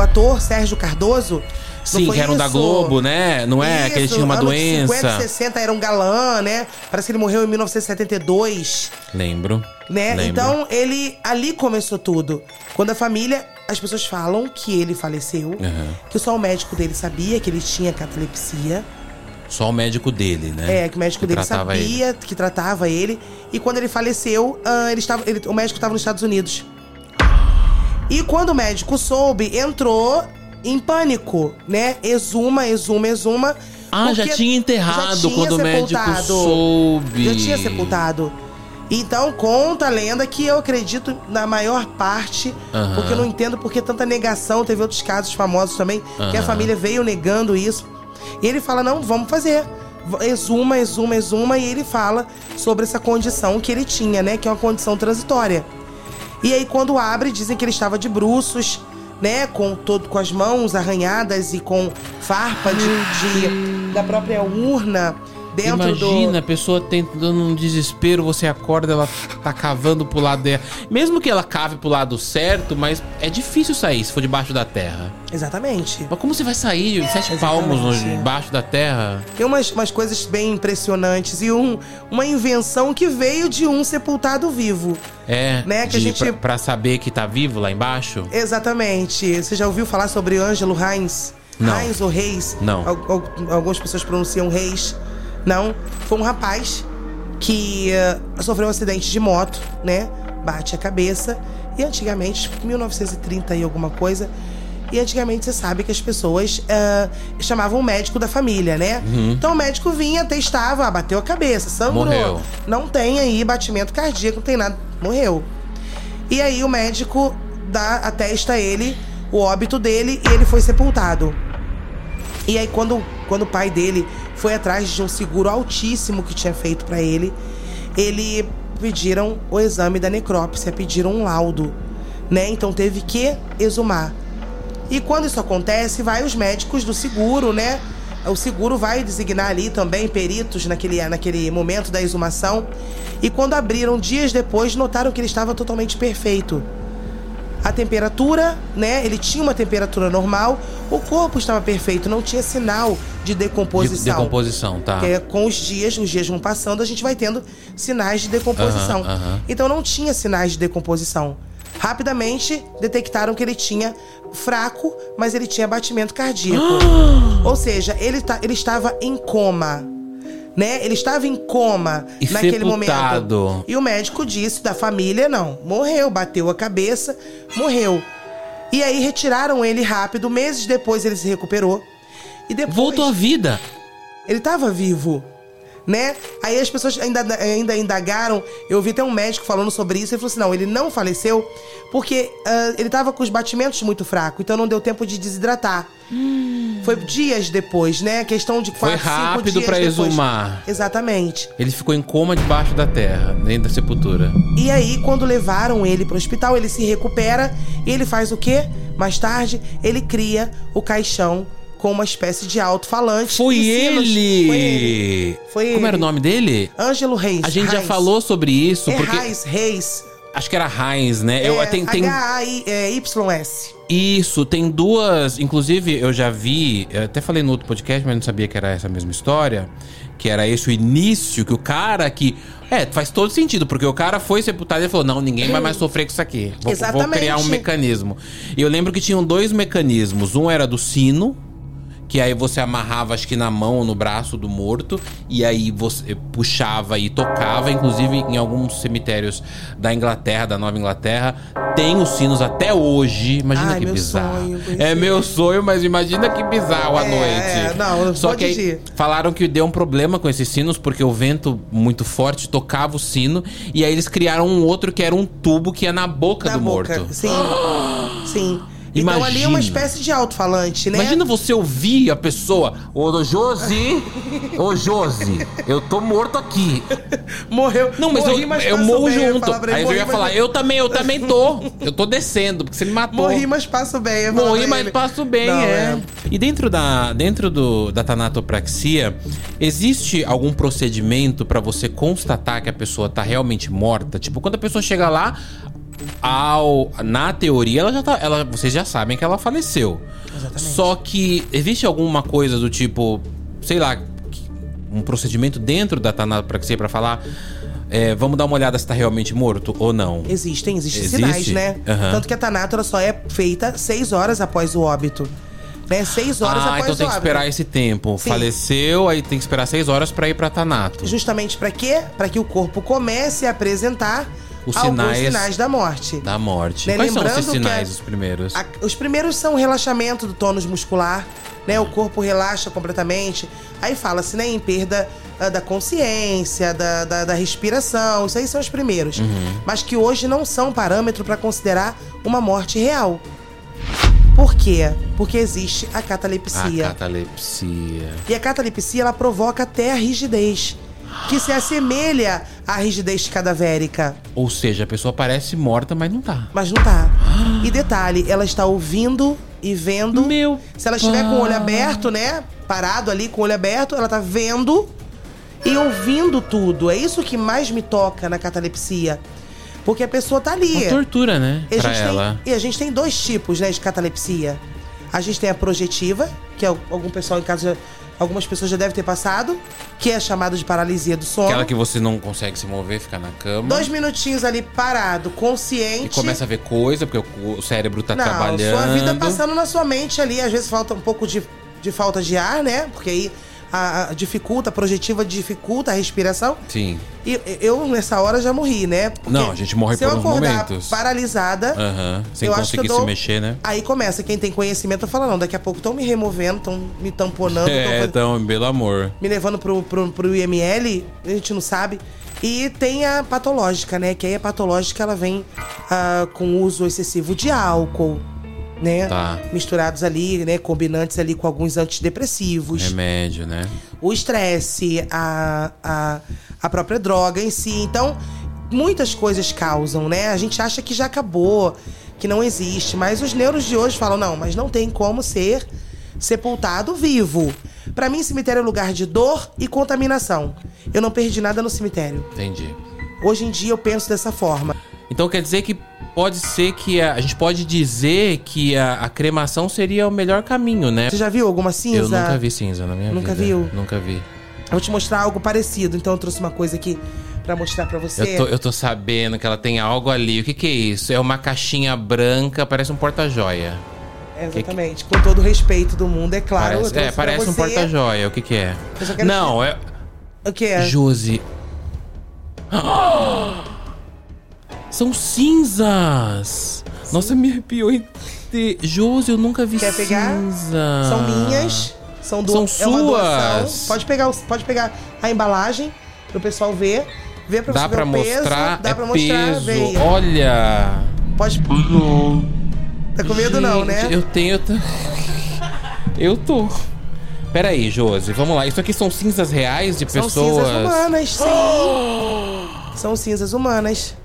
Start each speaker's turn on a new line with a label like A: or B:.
A: ator Sérgio Cardoso. Não
B: Sim,
A: foi
B: que eram da
A: isso?
B: Globo, né? Não é? que ele
A: Isso,
B: tinha uma
A: anos
B: doença.
A: 50, 60 era um galã, né? Parece que ele morreu em 1972,
B: Lembro.
A: né?
B: Lembro.
A: Então ele ali começou tudo. Quando a família, as pessoas falam que ele faleceu,
B: Aham.
A: que só o médico dele sabia que ele tinha catalepsia,
B: Só o médico dele, né?
A: é, que o médico
B: Que
A: dele
B: tratava ele.
A: sabia que tratava ele. E quando ele faleceu, ah, ele estava, ele- o médico estava nos Estados Unidos. E quando o médico soube, entrou em pânico, né? Exuma, exuma, exuma.
B: Ah, já
A: porque
B: tinha enterrado
A: já tinha
B: quando o médico
A: sepultado.
B: soube.
A: Já tinha sepultado. Então, conta a lenda que eu acredito na maior parte,
B: Aham.
A: porque eu não entendo por que tanta negação. Teve outros casos famosos também, que a
B: Aham.
A: família veio negando isso. E ele fala: não, vamos fazer. V- Exuma, exuma, exuma. E ele fala sobre essa condição que ele tinha, né? Que é uma condição transitória. E aí, quando abre, dizem que ele estava de bruços, né? Com, todo, com as mãos arranhadas e com farpa de, de- da própria urna dentro do.
B: Imagina, a pessoa tentando um desespero, você acorda, ela tá cavando pro lado dela. Mesmo que ela cave pro lado certo, mas é difícil sair se for debaixo da terra.
A: Exatamente.
B: Mas como você vai sair de sete palmos no- debaixo da terra?
A: Tem umas, umas coisas bem impressionantes e um, uma invenção que veio de um sepultado vivo.
B: É,
A: Né, que a
B: de-
A: gente- É,
B: pra, pra saber que tá vivo lá embaixo?
A: Exatamente. Você já ouviu falar sobre Ângelo Reis?
B: Não.
A: Reis ou Reis?
B: Não.
A: Al- al- algumas pessoas pronunciam Reis. Não. Foi um rapaz que eh, sofreu um acidente de moto, né? Bate a cabeça. E antigamente, 1930 e alguma coisa. E antigamente você sabe que as pessoas eh, chamavam o médico da família, né?
B: Uhum.
A: Então o médico vinha, testava, ah, bateu a cabeça, sangrou.
B: Morreu.
A: Não tem aí batimento cardíaco, não tem nada. Morreu. E aí o médico dá, atesta ele o óbito dele e ele foi sepultado. E aí quando, quando o pai dele foi atrás de um seguro altíssimo que tinha feito pra ele, ele pediram o exame da necrópsia, pediram um laudo, né? Então teve que exumar. E quando isso acontece, vai os médicos do seguro, né? O seguro vai designar ali também peritos naquele, naquele momento da exumação. E quando abriram, dias depois, notaram que ele estava totalmente perfeito. A temperatura, né? Ele tinha uma temperatura normal, o corpo estava perfeito, não tinha sinal de
B: De,
A: decomposição.
B: decomposição, tá?
A: Porque com os dias, os dias vão passando, a gente vai tendo sinais de decomposição.
B: Aham, aham.
A: Então não tinha sinais de decomposição. Rapidamente detectaram que ele tinha fraco, mas ele tinha batimento cardíaco. Ou seja, ele, tá, ele estava em coma. Né? Ele estava em coma
B: E
A: naquele
B: sepultado.
A: momento. E o médico disse da família: não, morreu, bateu a cabeça, morreu. E aí retiraram ele rápido, meses depois ele se recuperou. E depois
B: Voltou à vida.
A: ele tava vivo, né? Aí as pessoas ainda, ainda indagaram. Eu vi até um médico falando sobre isso. Ele falou assim: não, ele não faleceu porque ah, ele tava com os batimentos muito fracos, então não deu tempo de desidratar. Foi dias depois, né? Questão de
B: Foi
A: quatro, cinco
B: rápido
A: dias
B: pra
A: depois.
B: exumar.
A: Exatamente.
B: Ele ficou em coma debaixo da terra, dentro da sepultura.
A: E aí, quando levaram ele pro hospital, ele se recupera e ele faz o quê? Mais tarde, ele cria o caixão com uma espécie de alto-falante.
B: Foi
A: e sinos.
B: ele.
A: Foi ele! Foi ele.
B: Como era o nome dele?
A: Ângelo Reis.
B: A gente já
A: Reis.
B: falou sobre isso,
A: É
B: porque.
A: Reis, Reis.
B: Acho que era Heinz, né? Eu
A: é,
B: tem, tem
A: H-A-Y-S.
B: isso, tem duas. Inclusive, eu já vi, eu até falei no outro podcast, mas não sabia que era essa mesma história. Que era esse o início, que o cara que. É, faz todo sentido, porque o cara foi sepultado e falou: não, ninguém vai mais sofrer com isso aqui. Vou, vou
A: Exatamente.
B: criar um mecanismo. E eu lembro que tinham dois mecanismos. Um era do sino, que aí você amarrava, acho que na mão ou no braço do morto, e aí você eh, puxava e tocava. Inclusive, em alguns cemitérios da Inglaterra, da Nova Inglaterra, tem os sinos até hoje. Imagina
A: Ai,
B: que
A: meu
B: bizarro.
A: sonho, conhecer.
B: é meu sonho, mas imagina que bizarro à
A: É,
B: noite.
A: é, não,
B: Só
A: pode
B: que aí
A: dizer.
B: falaram que deu um problema com esses sinos, porque o vento muito forte tocava o sino, e aí eles criaram um outro que era um tubo que ia na boca
A: Na
B: Tá do
A: boca. Né?
B: morto.
A: Sim. Sim. Então
B: Imagina.
A: ali é uma espécie de alto-falante, né?
B: Imagina você ouvir a pessoa, ô Josi, ô Josi, eu tô morto aqui.
A: Morreu.
B: Não, mas
A: morri,
B: eu,
A: mas
B: eu
A: passo
B: morro
A: bem, ia
B: junto.
A: falar pra ele,
B: Aí eu
A: morri,
B: ia
A: mas-
B: falar, eu também, eu também tô. Eu tô descendo, porque você me matou.
A: Morri, mas passo bem. ia falar
B: Morri,
A: pra
B: mas
A: ele.
B: passo bem,
A: Não,
B: é. E dentro da, dentro do, da tanatopraxia, existe algum procedimento pra você constatar que a pessoa tá realmente morta? Tipo, quando a pessoa chega lá, ao, na teoria, ela já tá, ela, vocês já sabem que ela faleceu.
A: Exatamente.
B: Só que existe alguma coisa do tipo, sei lá, que- um procedimento dentro da tanatopraxia pra falar, é, vamos dar uma olhada se tá realmente morto ou não.
A: Existem, existem
B: Existe?
A: sinais, né?
B: Aham.
A: Tanto que a tanátora só é feita seis horas após o óbito. Né? Seis horas
B: ah,
A: após
B: então
A: o
B: tem que
A: óbito.
B: esperar esse tempo.
A: Sim.
B: Faleceu, aí tem que esperar seis horas pra ir pra Tanato.
A: Justamente pra quê? Pra que o corpo comece a apresentar
B: Os
A: alguns
B: sinais-
A: sinais da morte.
B: Da morte.
A: Né,
B: Quais são esses
A: lembrando que
B: sinais,
A: a-
B: os primeiros?
A: A- os primeiros são o relaxamento do tônus muscular, né? O corpo relaxa completamente. Aí fala-se, né, em perda ah, da consciência, da, da, da respiração. Isso aí são os primeiros. Mas que hoje não são parâmetro para considerar uma morte real. Por quê? Porque existe a catalepsia.
B: A catalepsia.
A: E a catalepsia, ela provoca até a rigidez, que se assemelha à rigidez cadavérica.
B: Ou seja, a pessoa parece morta, mas não tá.
A: Mas não tá. E detalhe, ela está ouvindo e vendo.
B: Meu
A: Se ela estiver com o olho
B: pai.
A: aberto, né? Parado ali, com o olho aberto, ela tá vendo e ouvindo tudo. É isso que mais me toca na catalepsia. Porque a pessoa tá ali.
B: Uma tortura, né?
A: E a,
B: pra
A: gente
B: ela.
A: Tem, e a gente tem dois tipos, né, de catalepsia. A gente tem a projetiva, que al- algum pessoal em casa já- algumas pessoas já devem ter passado, que é chamada de paralisia do sono.
B: Aquela que você não consegue se mover, fica na cama.
A: Dois minutinhos ali parado, consciente.
B: E começa a ver coisa, porque o- o cérebro tá
A: Não,
B: trabalhando.
A: sua vida passando na sua mente ali, às vezes falta um pouco de, de falta de ar, né? Porque aí a, a- dificulta, a projetiva dificulta a respiração.
B: Sim.
A: E eu, nessa hora, já morri, né? Porque
B: Não, a gente morre
A: se
B: por
A: eu
B: uns
A: acordar
B: momentos.
A: paralisada,
B: Aham. Sem
A: Eu acho que
B: conseguir
A: eu dou-
B: se mexer, né?
A: aí começa. Quem tem conhecimento fala, não, daqui a pouco estão me removendo, estão me tamponando, tão
B: É,
A: fazendo-
B: então, pelo amor.
A: me levando pro, pro, pro IML, a gente não sabe. E tem a patológica, né? Que aí a patológica ela vem ah, com uso excessivo de álcool, né?
B: Tá.
A: Misturados ali, né? Combinantes ali com alguns antidepressivos.
B: Remédio, né?
A: O estresse, a, a, a própria droga em si. Então, muitas coisas causam, né? A gente acha que já acabou, que não existe. Mas os neuros de hoje falam, não, mas não tem como ser sepultado vivo. Pra mim, cemitério é lugar de dor e contaminação. Eu não perdi nada no cemitério.
B: Entendi.
A: Hoje em dia eu penso dessa forma.
B: Então quer dizer que pode ser que a, a gente pode dizer que a, a cremação seria o melhor caminho, né?
A: Você já viu alguma cinza?
B: Eu nunca vi cinza na minha
A: Nunca
B: vida.
A: viu?
B: Nunca vi.
A: Vou te mostrar algo parecido. Então eu trouxe uma coisa aqui pra mostrar pra você.
B: Eu tô, eu tô sabendo que ela tem algo ali. O que que é isso? É uma caixinha branca, parece um porta-joia.
A: Exatamente. Com todo o respeito do mundo, é claro. eu
B: parece,
A: trouxe
B: é, parece
A: pra
B: um
A: você.
B: porta-joia. O que que é?
A: Eu só quero
B: Não, é...
A: O que é?
B: Josi... São cinzas! Nossa, me arrepiou. inte- Josi, eu nunca vi
A: Quer pegar?
B: cinza.
A: São minhas. São, do...
B: Ah. São
A: é uma
B: suas.
A: doação. Pode pegar, o- pode pegar a embalagem pro pessoal ver. Vê pra
B: Dá
A: você ver
B: pra
A: o peso.
B: mostrar,
A: dá
B: é
A: pra mostrar a
B: peso.
A: veia.
B: Olha.
A: Pode. Tá com medo, não, né?
B: Gente, Eu tenho. Eu tô. Eu tô. Pera aí, Josi, vamos lá. Isso aqui são cinzas reais de
A: São
B: pessoas.
A: cinzas humanas, sim. São cinzas humanas.